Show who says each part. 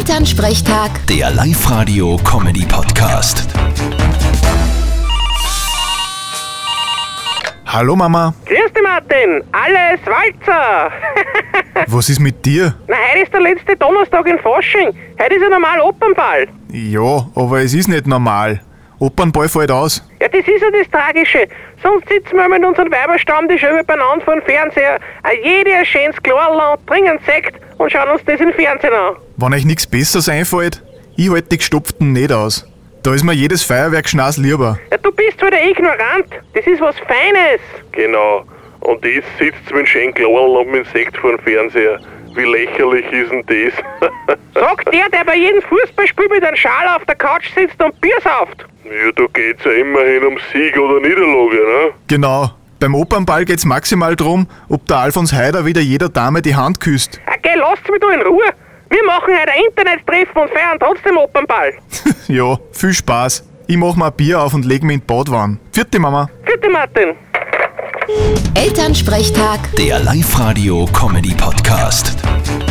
Speaker 1: Elternsprechtag,
Speaker 2: Der Live-Radio-Comedy-Podcast.
Speaker 3: Hallo Mama,
Speaker 4: Grüß dich, Martin. Alles Walzer.
Speaker 3: was ist mit dir?
Speaker 4: Na, heute ist der letzte Donnerstag in Fasching. Heute ist ja normal Opernball.
Speaker 3: Ja, aber es ist nicht normal. Opernball fällt aus.
Speaker 4: Ja, das ist ja das Tragische. Sonst sitzen wir mit unseren Weiberstammtisch über beieinander vor dem Fernseher. Ein jeder ein schönes Klarland, trinken Sekt und schauen uns das im Fernsehen an.
Speaker 3: Wenn euch nichts Besseres einfällt, ich halte die Gestopften nicht aus. Da ist mir jedes Feuerwerk schnaß lieber.
Speaker 4: Ja, du bist wieder ignorant. Das ist was Feines.
Speaker 5: Genau. Und ich sitzt mit Schenkelorl und mit Sekt vor dem Fernseher. Wie lächerlich ist denn das?
Speaker 4: Sagt der, der bei jedem Fußballspiel mit einem Schal auf der Couch sitzt und Bier sauft.
Speaker 5: ja, da geht's ja immerhin um Sieg oder Niederlage, ne?
Speaker 3: Genau, beim Opernball geht's maximal drum, ob der Alfons Heider wieder jeder Dame die Hand küsst.
Speaker 4: Okay, lasst mich da in Ruhe. Wir machen heute ein Internettreffen und feiern trotzdem Opernball.
Speaker 3: ja, viel Spaß. Ich mach mal ein Bier auf und leg mich in die Badwanne. Vierte Mama.
Speaker 4: Bitte, Martin.
Speaker 1: Elternsprechtag.
Speaker 2: Der Live-Radio-Comedy-Podcast.